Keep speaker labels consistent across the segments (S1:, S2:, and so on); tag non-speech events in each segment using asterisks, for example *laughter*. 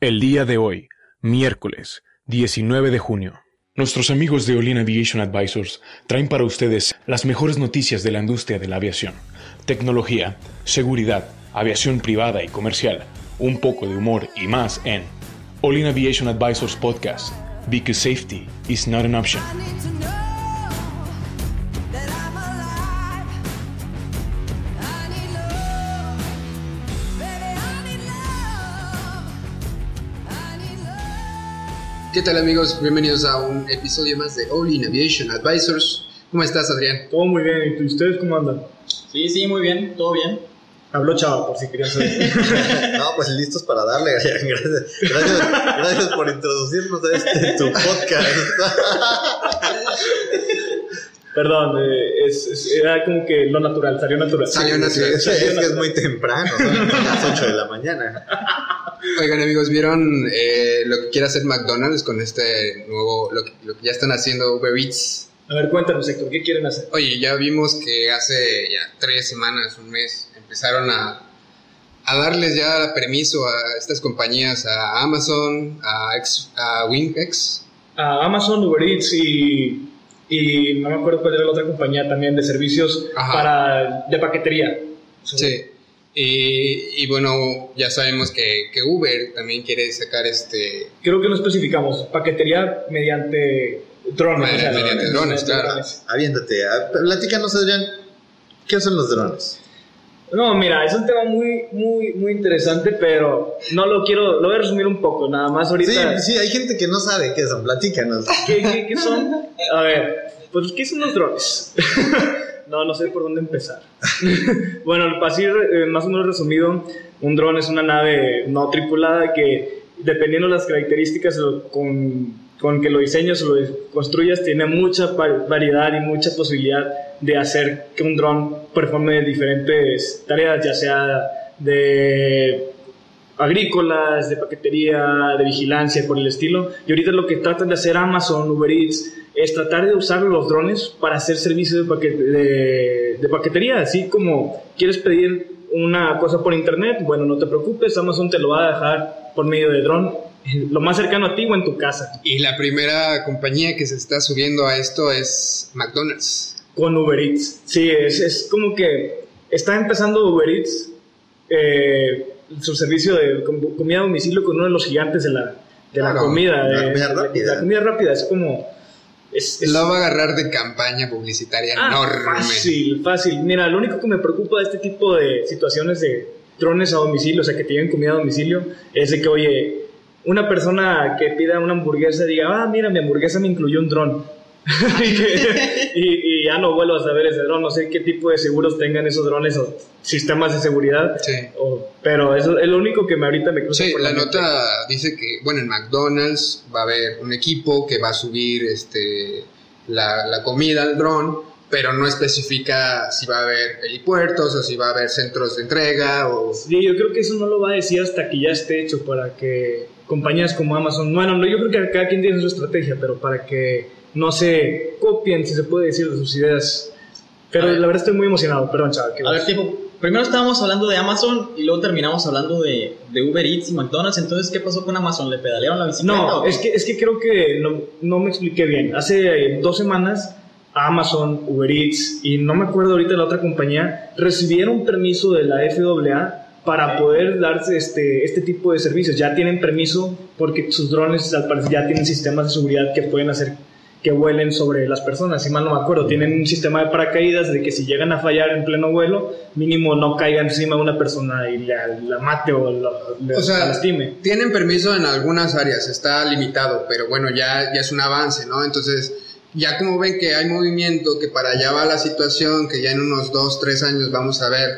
S1: El día de hoy, miércoles 19 de junio. Nuestros amigos de Olin Aviation Advisors traen para ustedes las mejores noticias de la industria de la aviación, tecnología, seguridad, aviación privada y comercial, un poco de humor y más en Olin Aviation Advisors Podcast, because safety is not an option.
S2: I need to know that I'm alive. I need love, baby. I need love. I need love.
S3: ¿Qué tal amigos? Bienvenidos a un episodio más de All in Aviation Advisors. ¿Cómo estás Adrián?
S4: Todo muy bien, ¿y ustedes cómo andan?
S5: Sí, sí, muy bien, todo bien.
S4: Habló Chava, por si
S3: *laughs*
S4: querían saber.
S6: No, pues listos para darle, *laughs* Adrián. Gracias, gracias, gracias por introducirnos a este tu podcast.
S4: Perdón, eh, es- es- era como que lo natural, salió natural.
S3: Salió natural.
S6: Es, es que es muy temprano, son las 8 de la mañana.
S3: Oigan amigos, ¿vieron eh, lo que quiere hacer McDonald's con este nuevo, lo que, lo que ya están haciendo Uber Eats?
S4: A ver, cuéntanos, Héctor, ¿qué quieren hacer?
S3: Oye, ya vimos que hace ya tres semanas, un mes, empezaron a, a darles ya permiso a estas compañías, a Amazon, a, X- a Winx.
S4: A Amazon, Uber Eats y, y no me acuerdo cuál era la otra compañía también de servicios
S3: Ajá.
S4: para de paquetería.
S3: Sí. Y, y bueno, ya sabemos que, que Uber también quiere sacar este
S4: Creo que lo especificamos, paquetería mediante drones.
S3: Mediante- mediante drones, claro.
S6: Aviéntate, a- platícanos, Adrián, ¿qué son los drones?
S4: No, mira, es un tema muy, muy, muy interesante, pero no lo quiero, lo voy a resumir un poco, nada más
S6: Sí,
S4: ahorita.
S6: sí, hay gente que no sabe qué son, platícanos.
S4: ¿Qué, qué, qué son? A ver, pues, ¿qué son los drones? *laughs* no, no sé por dónde empezar. *laughs* bueno, así eh, más o menos resumido, un dron es una nave no tripulada que, dependiendo de las características o con, con que lo diseñes o lo construyas, tiene mucha va- variedad y mucha posibilidad de hacer que un dron performe diferentes tareas, ya sea de agrícolas, de paquetería, de vigilancia, por el estilo. Y ahorita lo que tratan de hacer Amazon, Uber Eats, es tratar de usar los drones para hacer servicios de, paquete- de, de paquetería. Así como quieres pedir una cosa por internet, bueno, no te preocupes, Amazon te lo va a dejar por medio de dron, *laughs* lo más cercano a ti o en tu casa,
S3: Y la primera compañía que se está subiendo a esto es McDonald's.
S4: con Uber Eats. Sí, es, es como que está empezando Uber Eats, eh, su servicio de com- comida a domicilio con uno de los gigantes de la, de la
S3: Claro,
S4: comida.
S6: la
S4: de-
S6: comida
S4: de la-
S6: rápida.
S4: la comida rápida es como... Es, es-
S3: La va a agarrar de campaña publicitaria
S4: Ah,
S3: enorme.
S4: Fácil, fácil. Mira, lo único que me preocupa de este tipo de situaciones de drones a domicilio, o sea, que te lleven comida a domicilio, es de que, oye, una persona que pida una hamburguesa diga, ah, mira, mi hamburguesa me incluyó un dron. *laughs* y, que- y- y ya no vuelvo a saber ese dron. No sé qué tipo de seguros tengan esos drones o sistemas de seguridad.
S3: Sí.
S4: o- pero eso es lo único que me, ahorita me cruza
S3: Sí,
S4: por
S3: la
S4: mente.
S3: nota dice que, bueno, en McDonald's va a haber un equipo que va a subir este, la, la comida al dron, pero no especifica si va a haber helipuertos o si va a haber centros de entrega o...
S4: Pues, Sí, yo creo que eso no lo va a decir hasta que ya esté hecho para que compañías como Amazon, bueno, no, yo creo que cada quien tiene su estrategia, pero para que no se copien, si se puede decir, de sus ideas. Pero
S5: A ver.
S4: la verdad estoy muy emocionado, perdón, chaval. que-
S5: A ver, tiempo. Primero estábamos hablando de Amazon y luego terminamos hablando de, de Uber Eats y McDonald's. Entonces, ¿qué pasó con Amazon? ¿Le pedalearon la bicicleta?
S4: No,
S5: o qué?
S4: es que, es que creo que no, no me expliqué bien. Hace eh, dos semanas, Amazon, Uber Eats y no me acuerdo ahorita la otra compañía recibieron permiso de la FAA para poder darse este, este tipo de servicios. Ya tienen permiso porque sus drones al parecer ya tienen sistemas de seguridad que pueden hacer que vuelen sobre las personas, si mal no me acuerdo, tienen un sistema de paracaídas de que si llegan a fallar en pleno vuelo, mínimo no caiga encima de una persona y la, la mate o la, la-
S3: O sea,
S4: la lastime.
S3: Tienen permiso en algunas áreas, está limitado, pero bueno, ya, ya es un avance, ¿no? Entonces, ya como ven que hay movimiento, que para allá va la situación, que ya en unos dos, tres años vamos a ver,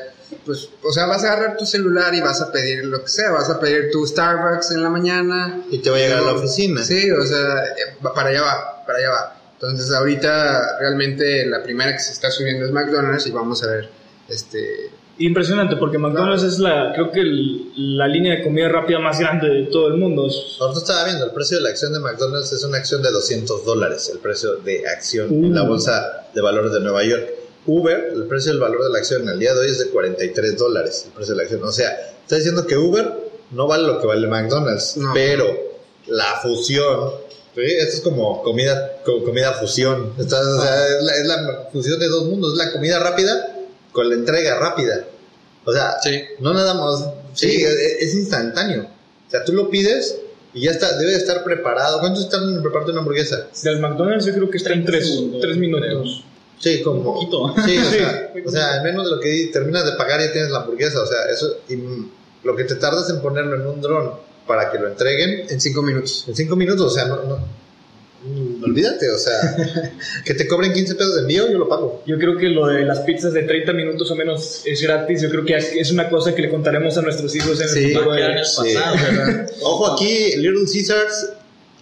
S3: pues, o sea, vas a agarrar tu celular y vas a pedir lo que sea, vas a pedir tu Starbucks en la mañana.
S6: Y te va a llegar a la oficina.
S3: Sí, o sea, eh, va- para allá va, para allá va. Entonces, ahorita realmente la primera que se está subiendo es McDonald's y vamos a ver, este,
S4: Impresionante, porque McDonald's es la, creo que el- la línea de comida rápida más grande de todo el mundo. Es-
S6: Ahorita estaba viendo, el precio de la acción de McDonald's es una acción de 200 dólares, el precio de acción en la
S3: Mm.
S4: Uh.
S6: bolsa de valores de Nueva York. Uber, el precio del valor de la acción al día de hoy es de 43 dólares, el precio de la acción. O sea, está diciendo que Uber no vale lo que vale McDonald's,
S3: No.
S6: pero la fusión, ¿sí? esto es como comida, co- comida fusión, Está- o sea,
S3: Ah.
S6: es, la, es la fusión de dos mundos, es la comida rápida con la entrega rápida. O sea,
S3: Sí.
S6: no nada más, sí,
S3: Sí.
S6: Es, es instantáneo. O sea, tú lo pides y ya está, debe de estar preparado. ¿Cuánto están en prepararte una hamburguesa?
S4: Del McDonald's yo creo que está en
S5: 30
S4: 3,
S5: segundos,
S4: minutos.
S6: Sí, como...
S5: poquito.
S6: Sí, o
S4: Sí.
S6: sea, o sea, en menos de lo que di- terminas de pagar ya tienes la hamburguesa, o sea, eso y mm, lo que te tardas en ponerlo en un dron para que lo entreguen
S3: En cinco minutos.
S6: en cinco minutos, o sea, no, no- mm, olvídate,
S3: *laughs*
S6: o sea, que te cobren 15 pesos de envío, yo lo pago.
S4: Yo creo que lo de las pizzas de 30 minutos o menos es gratis. Yo creo que es una cosa que le contaremos a nuestros hijos en
S3: Sí,
S4: el futuro.
S5: Va a quedar en el
S6: sí.
S5: pasado.
S6: Ojo aquí, Little Caesars,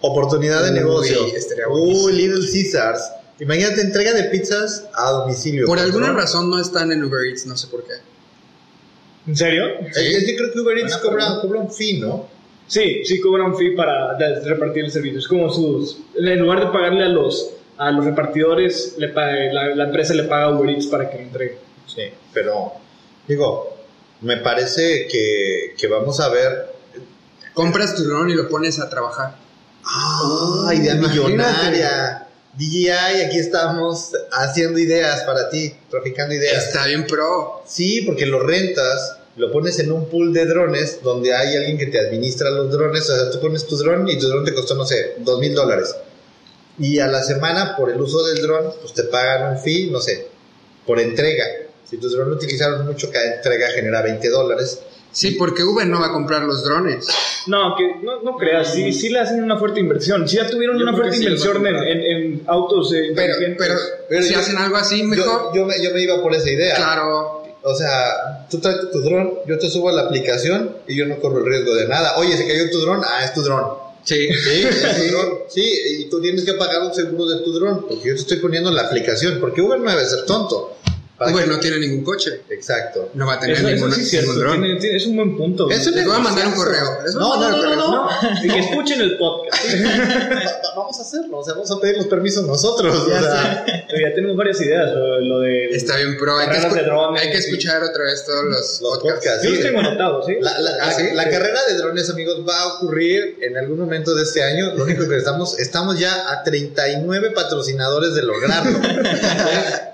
S6: oportunidad de
S3: Uy,
S6: negocio.
S3: estaría
S6: Uy,
S3: buenísimo.
S6: Little Caesars. Imagínate entrega de pizzas a domicilio.
S3: Por alguna
S6: ¿no?
S3: razón no están en Uber Eats, no sé por qué.
S4: ¿En serio?
S6: Es es que creo que Uber Eats
S5: Buena
S6: cobra,
S5: pregunta.
S6: cobra un fee, ¿no?
S4: Sí, sí cobra un fee para da- repartir el servicio. Es como sus... En lugar de pagarle a los, a los repartidores, le pa- la, la empresa le paga a Uber Eats para que lo entregue.
S6: Sí, pero digo, me parece que, que vamos a ver.
S3: Compras tu dron y lo pones a trabajar.
S6: ¡Ah! Idea
S3: Imagínate.
S6: millonaria. DJI, aquí estamos haciendo ideas para ti, traficando ideas.
S3: Está bien pro.
S6: Sí, porque lo rentas, lo pones en un pool de drones donde hay alguien que te administra los drones. O sea, tú pones tu dron y tu dron te costó, no sé, dos mil dólares. Y a la semana, por el uso del dron, pues te pagan un fee, no sé, por entrega. Si tu dron lo utilizaron mucho, cada entrega genera 20 dólares.
S3: Sí, porque Uber no va a comprar los drones.
S4: No, que no, no creas, sí, sí le hacen una fuerte inversión. Sí ya tuvieron
S5: Yo
S4: una
S5: creo
S4: fuerte
S5: que sí lo
S4: inversión
S5: van
S4: en,
S5: a comprar.
S4: en, en autos. eh,
S3: Pero,
S4: inteligentes.
S3: pero,
S6: Pero
S3: si
S6: yo-
S3: hacen algo así,
S6: Yo,
S3: mejor.
S6: yo me, yo me iba por esa idea.
S3: claro.
S6: O sea, tú traes tu dron, yo te subo a la aplicación y yo no corro el riesgo de nada. Oye, se cayó tu dron, ah, es tu dron.
S3: Sí.
S6: Sí, es tu dron. Sí, y tú tienes que pagar un seguro de tu dron, porque yo te estoy poniendo en la aplicación, porque Uber no debe ser tonto. Para
S3: Uber
S6: que-
S3: no tiene ningún coche.
S6: Exacto.
S3: No va a tener
S4: Eso, eso
S3: ninguna-
S4: sí es cierto,
S3: ningún dron.
S4: tiene- tiene- es un buen punto.
S6: Eso
S3: Les voy a mandar un correo. Les voy a
S6: No, no,
S3: mandar
S6: no,
S3: un
S6: no,
S3: correo.
S6: no.
S4: Y que escuchen el podcast.
S3: *laughs*
S6: Vamos a hacerlo, o sea, vamos a pedir los permisos nosotros. o sea.
S4: Ya tenemos varias ideas. Lo, lo de.
S3: Está bien pro. Hay que,
S4: Carreras de
S3: escu-
S4: drones,
S3: hay que
S4: sí.
S3: escuchar otra vez todos los,
S6: Los
S3: podcasts.
S6: podcasts.
S4: Yo los
S6: sí.
S4: tengo anotado, ¿sí?
S6: La, la-
S3: ¿Ah,
S6: la-
S3: sí?
S6: la
S3: Sí.
S6: carrera de drones, amigos, va a ocurrir en algún momento de este año. Lo único que estamos, estamos ya a 39 patrocinadores de
S3: *laughs*
S6: lograrlo.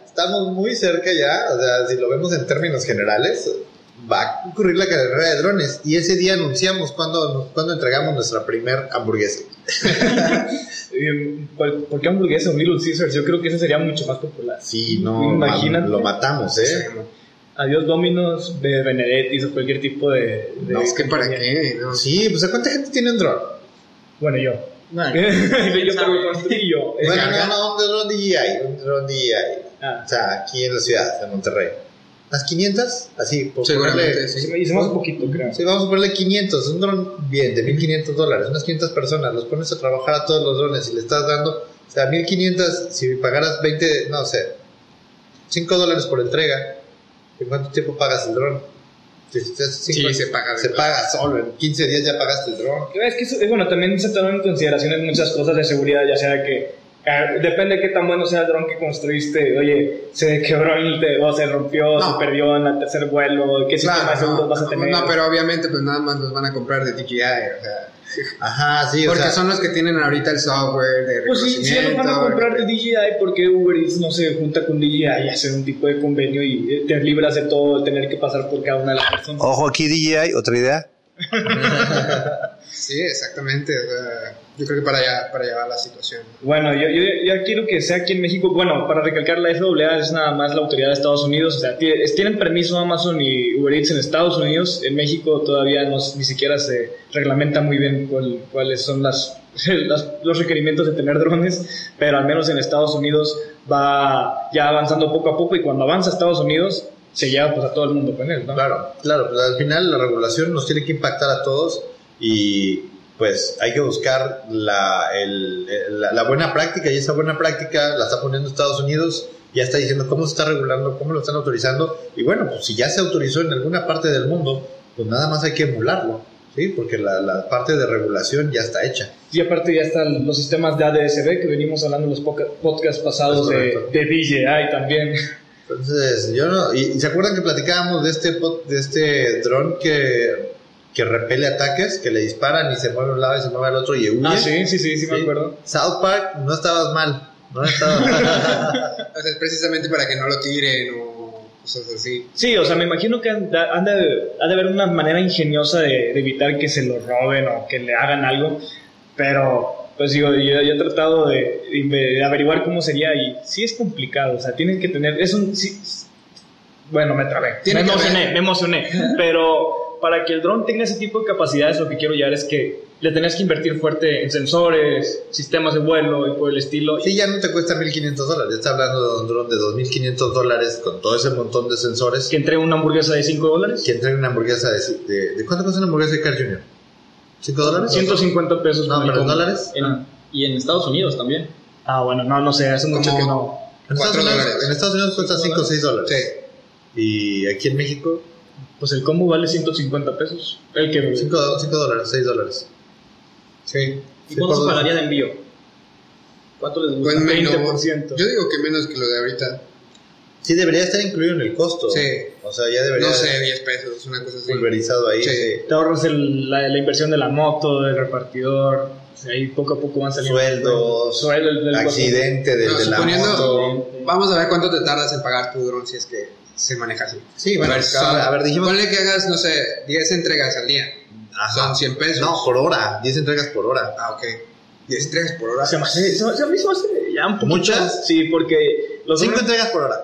S6: estamos muy cerca ya, o sea, si lo vemos en términos generales, va a ocurrir la carrera de drones. Y ese día anunciamos cuando, cuando entregamos nuestra primer hamburguesa.
S4: Eh, ¿cuál- ¿Por qué hamburguesa o Little Caesars? Yo creo que esa sería mucho más popular.
S6: Sí, no,
S4: Imagínate.
S6: lo matamos, ¿eh?
S4: Adiós Dominos, de Benedetti's o cualquier tipo de. de
S3: No, es que para
S4: compañía.
S3: qué. No.
S6: Sí, pues ¿a cuánta gente tiene un dron?
S4: Bueno, yo. *laughs*
S5: Bueno,
S4: yo
S5: sabe?
S4: pero construí yo.
S6: Bueno,
S3: carga.
S6: no, no, un dron DJI, un dron DJI.
S4: Ah,
S6: O sea, aquí en la ciudad, en Monterrey. Las 500, así, por
S3: Seguramente.
S6: ponerle-
S3: sí.
S4: hicimos un poquito, creo.
S6: Sí, vamos a ponerle 500, un dron bien, de 1500 dólares, unas 500 personas, los pones a trabajar a todos los drones y le estás dando, o sea, 1500, si pagaras 20, no sé, 5 dólares por entrega, ¿en cuánto tiempo pagas el dron? Si estás cinco-
S3: Sí, se paga de
S6: Se
S3: verdad.
S6: paga solo, en 15 días ya pagaste el dron.
S4: Es que, eso- eh, bueno, también se toman en consideración muchas cosas de seguridad, ya sea que ah, depende de qué tan bueno sea el dron que construiste. Oye, se quebró el te- o se rompió,
S3: No.
S4: se perdió en el tercer vuelo, qué sistema de
S3: Claro,
S4: seguros
S3: no,
S4: vas a tener.
S3: no, pero obviamente pues nada más los van a comprar de DJI, o sea,
S6: Ajá, sí,
S3: porque
S6: o sea,
S3: son los que tienen ahorita el software de
S4: Pues sí, si ya lo
S3: reconocimiento.
S4: van a comprar de DJI, ¿por qué Uber Eats no se junta con DJI y hace un tipo de convenio y eh, te libras de todo el tener que pasar por cada una de las personas?
S6: Ojo aquí DJI, otra idea.
S3: sí, exactamente. o sea, yo creo que para allá, para allá va la situación.
S4: Bueno, yo, yo, yo quiero que sea aquí en México. Bueno, para recalcar, la FAA es nada más la autoridad de Estados Unidos. O sea, tie- es- tienen permiso Amazon y Uber Eats en Estados Unidos. En México todavía no, s- ni siquiera se reglamenta muy bien cuál- cuáles son las, *laughs* las- los requerimientos de tener drones, pero al menos en Estados Unidos va ya avanzando poco a poco y cuando avanza Estados Unidos se lleva pues, a todo el mundo con él, ¿no?
S6: Claro, claro, pues al final la regulación nos tiene que impactar a todos y pues hay que buscar la, el- el- la, la buena práctica y esa buena práctica la está poniendo Estados Unidos, ya está diciendo cómo se está regulando, cómo lo están autorizando y bueno, pues si ya se autorizó en alguna parte del mundo, pues nada más hay que emularlo, ¿sí? Porque la, la parte de regulación ya está hecha.
S4: Y aparte ya están los sistemas de ADSB que venimos hablando en los poca- podcasts pasados
S6: Es
S4: de,
S6: correcto.
S4: de DJI también.
S6: Entonces, yo no, y, y se acuerdan que platicábamos de este pod- de este dron que que repele ataques, que le disparan y se mueve a un lado y se mueve al otro y huye.
S4: *laughs* Ah, sí, sí, sí, sí, me
S6: Sí.
S4: acuerdo.
S6: South Park, no estabas mal. No estabas mal.
S3: O sea, es precisamente para que no lo tiren o cosas así.
S4: Sí, o sea, me imagino que anda, anda- ha de haber una manera ingeniosa de, de evitar que se lo roben o que le hagan algo, pero pues digo, yo, yo he tratado de, de averiguar cómo sería y sí es complicado, o sea, tienen que tener, es un... sí, es- bueno, me trabé, me
S3: Tiene que
S4: emocioné,
S3: haber.
S4: me emocioné, pero para que el dron tenga ese tipo de capacidades lo que quiero llegar es que le tenés que invertir fuerte en sensores, sistemas de vuelo y por el estilo.
S6: Sí, ya no te cuesta 1.500 dólares. Está hablando de un dron de 2.500 dólares con todo ese montón de sensores.
S4: Que entre una hamburguesa de 5 dólares,
S6: Que entrega una hamburguesa de, de, de- ¿Cuánto cuesta una hamburguesa de Carl Jr.? ¿5 dólares?
S4: 150 pesos.
S6: No,
S4: por el
S6: pero en
S4: combo.
S6: dólares.
S5: En- y en Estados Unidos también.
S4: Ah, bueno, no, no sé, hace mucho
S3: Como-
S4: que no.
S6: En Estados,
S3: Cuatro
S6: Unidos,
S3: dólares.
S6: en Estados Unidos cuesta 5 o 6 dólares.
S3: Sí.
S6: Y aquí en México,
S4: Pues el combo vale 150 pesos. El que.
S6: 5, dólares, 6 dólares.
S4: Sí.
S5: ¿Y
S6: Sí,
S5: cuánto se
S6: por-
S5: pagaría de envío? ¿Cuánto les gusta?
S3: Pues menos.
S4: 20%.
S3: Yo digo que menos que lo de ahorita.
S6: Sí, debería estar incluido en el costo.
S3: Sí.
S6: O sea, ya debería
S3: No
S6: estar
S3: sé, 10 pesos, una cosa así.
S6: pulverizado ahí.
S3: Sí.
S6: sí.
S4: Te ahorras el- la, la inversión de la moto, del repartidor. o sea, ahí poco a poco van saliendo.
S6: Sueldos,
S4: Sueldo, el- el-
S6: accidente de,
S3: No,
S6: de la
S3: suponiendo-
S6: moto.
S3: Vamos a ver cuánto te tardas en pagar tu dron si es que se maneja así.
S6: Sí, bueno,
S3: a ver,
S6: a ver, a ver, dijimos-
S3: Ponle que hagas, no sé, 10 entregas al día.
S6: Ajá.
S3: Son 100 pesos.
S6: No, por hora. 10 entregas por hora.
S3: Ah, ok. 10 entregas por hora.
S4: Se me hace- se me- se me hizo hace ya un poquito-
S6: ¿Muchas?
S4: Sí, porque. Los
S6: 5
S4: hombres-
S6: entregas por hora.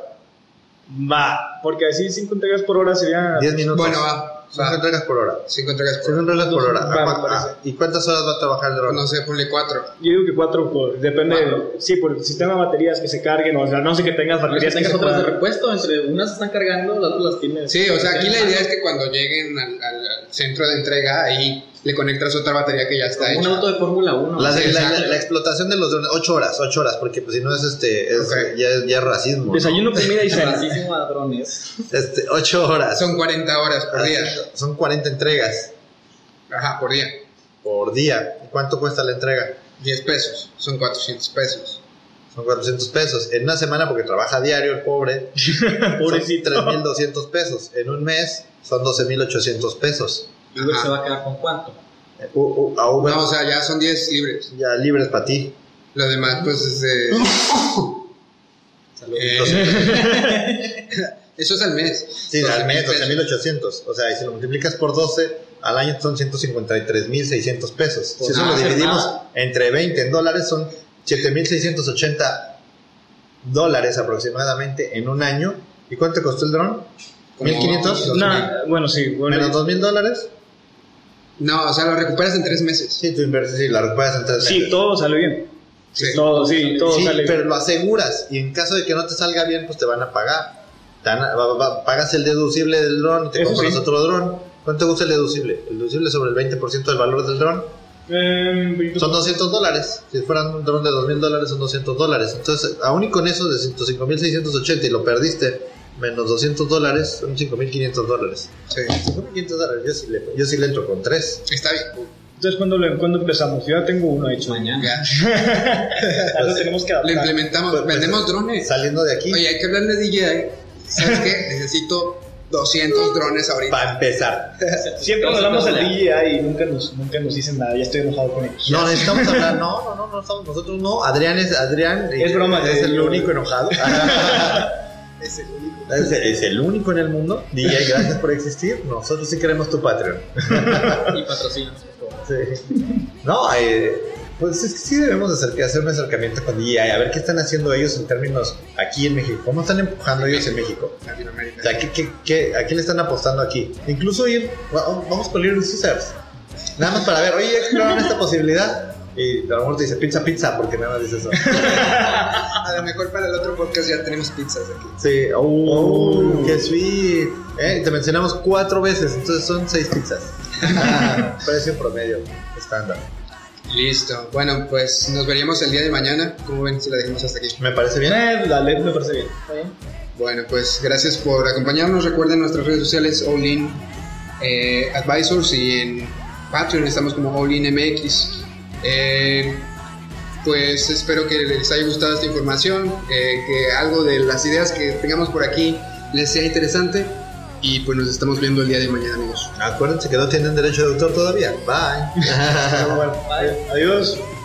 S4: Va, porque así 5 entregas por hora sería.
S6: 10 minutos.
S3: Bueno, va.
S6: 5 entregas por hora.
S3: 5 entregas por
S6: 5 entregas por hora.
S4: Va, me
S6: ¿A cuánto-
S4: parece.
S6: ah, ¿Y cuántas horas va a trabajar el
S3: hora.
S6: dron?
S3: No sé, ponle 4.
S4: Yo digo que 4 por. Depende. del- Sí, por el sistema de baterías que se carguen. O sea, no sé que tengas
S5: Para que
S4: baterías que
S5: tengas
S4: se
S5: otras de
S4: puedan-
S5: repuesto, entre unas están cargando, las otras las tienes.
S3: Sí, o sea, aquí la idea es que cuando lleguen al, al- al centro de entrega, ahí le conectas otra batería que ya está
S5: Como un
S3: hecha.
S5: auto de Fórmula 1.
S6: La, la- la-
S3: Exacto.
S6: la explotación de los drones, 8 horas, 8 horas, porque pues, si no es este, es,
S3: Ok.
S6: ya, es- ya es racismo. ¿no?
S4: Desayuno, comida y cena.
S5: Bravísimo a drones.
S6: Este, 8 horas.
S3: Son 40 horas por
S6: Ah,
S3: día.
S6: son 40 entregas
S3: Ajá, por día.
S6: por día. ¿Y ¿Cuánto cuesta la entrega?
S3: 10 pesos. Son 400 pesos.
S6: Son 400 pesos. En una semana, porque trabaja diario el
S4: *laughs*
S6: pobre, son
S4: Pobrecito.
S6: 3200 pesos. En un mes, son 12800 pesos.
S5: Uber
S4: Ah.
S3: Ajá.
S5: se va a quedar con cuánto.
S6: Eh, u- u- a Uber,
S3: No, o sea, ya son 10 libres.
S6: ya libres para ti.
S3: Lo demás, pues, es, eh, eh, *laughs* eso es al mes.
S6: Sí, al mes,
S3: 12,000 pesos.
S6: 12.800. O sea, y si lo multiplicas por 12, al año son 153.600 pesos. Si eso
S3: nada,
S6: lo dividimos
S5: nada.
S6: entre 20 en dólares, son 7.680 dólares aproximadamente en un año. ¿Y cuánto te costó el dron?
S3: Como
S6: 1500,
S3: dos mil.
S4: Nah, bueno, sí, bueno.
S6: Menos 2.000 dólares.
S3: No, o sea, lo recuperas en tres meses.
S6: Sí, tú inviertes y la recuperas en tres
S4: Sí,
S6: meses.
S4: todo sale bien.
S3: Sí.
S4: Todo, sí, todo
S6: Sí,
S4: sale
S6: pero
S4: bien.
S6: lo aseguras. Y en caso de que no te salga bien, pues te van a pagar. Te van a- va- va- pagas el deducible del dron y te
S4: Eso
S6: compras
S4: sí.
S6: otro dron. ¿Cuánto gusta el deducible? El deducible sobre el 20% del valor del dron.
S4: Eh,
S6: Son 200 dólares. Si fueran un dron de 2000 dólares, son 200 dólares. Entonces, aún y con eso de 105.680 y lo perdiste, menos 200 dólares, son 5.500 dólares.
S3: Sí.
S6: 5.500 dólares, yo sí, le, yo sí le entro con 3.
S3: Está bien.
S4: Entonces, ¿cuándo, lo- cuándo empezamos? Yo ya tengo uno hecho.
S5: Mañana.
S3: Ya.
S4: Ya lo tenemos que
S3: Lo
S4: adaptar.
S3: implementamos.
S6: Pues, pues,
S3: Vendemos drones.
S6: Saliendo de aquí,
S3: Oye, hay que hablarle a DJI. ¿Sabes qué? Necesito 200 drones ahorita.
S6: para empezar.
S4: Siempre nos hablamos al DJI y nunca nos, nunca nos dicen nada. Ya estoy enojado con ellos.
S6: No,
S4: *laughs*
S6: necesitamos hablar. No, no, no, no estamos nosotros, no. Adrián es Adrián.
S4: Es broma,
S6: Es
S4: eh,
S6: el
S4: yo-
S6: único
S4: *laughs*
S6: enojado. *laughs*
S3: Es el único.
S6: es, es el único en el mundo. DJ, gracias por existir. Nosotros sí queremos tu Patreon.
S5: Y patrocinas, por favor.
S6: Sí. No, eh, pues es que sí debemos acerca- hacer un acercamiento con DJI, a ver qué están haciendo ellos en términos aquí en México, cómo están empujando ellos en México. O
S3: Latinoamérica.
S6: sea, ¿qué, qué, qué- a qué le están apostando aquí? Incluso ir, va- vamos con Little Scissors, nada más para ver, oye, exploraron esta posibilidad. Y a lo mejor te dice pizza, pizza, porque nada más dice eso.
S3: A lo mejor para el otro podcast ya tenemos pizzas aquí.
S6: Sí, oh, qué sweet. Eh, te mencionamos cuatro veces, entonces son seis pizzas. Precio promedio, estándar.
S3: Listo. Bueno, pues nos veríamos el día de mañana. Como ven, se la dejamos hasta aquí.
S6: Me parece bien.
S4: Eh, dale, me parece bien.
S3: Bueno, pues gracias por acompañarnos. Recuerden nuestras redes sociales, Olin eh, Advisors y en Patreon estamos como Olin MX. Eh, pues espero que les haya gustado esta información, eh, que algo de las ideas que tengamos por aquí les sea interesante. Y pues nos estamos viendo el día de mañana, amigos.
S6: Acuérdense que no tienen derecho de autor todavía. Bye. Bueno, Adiós.
S2: ah, ah,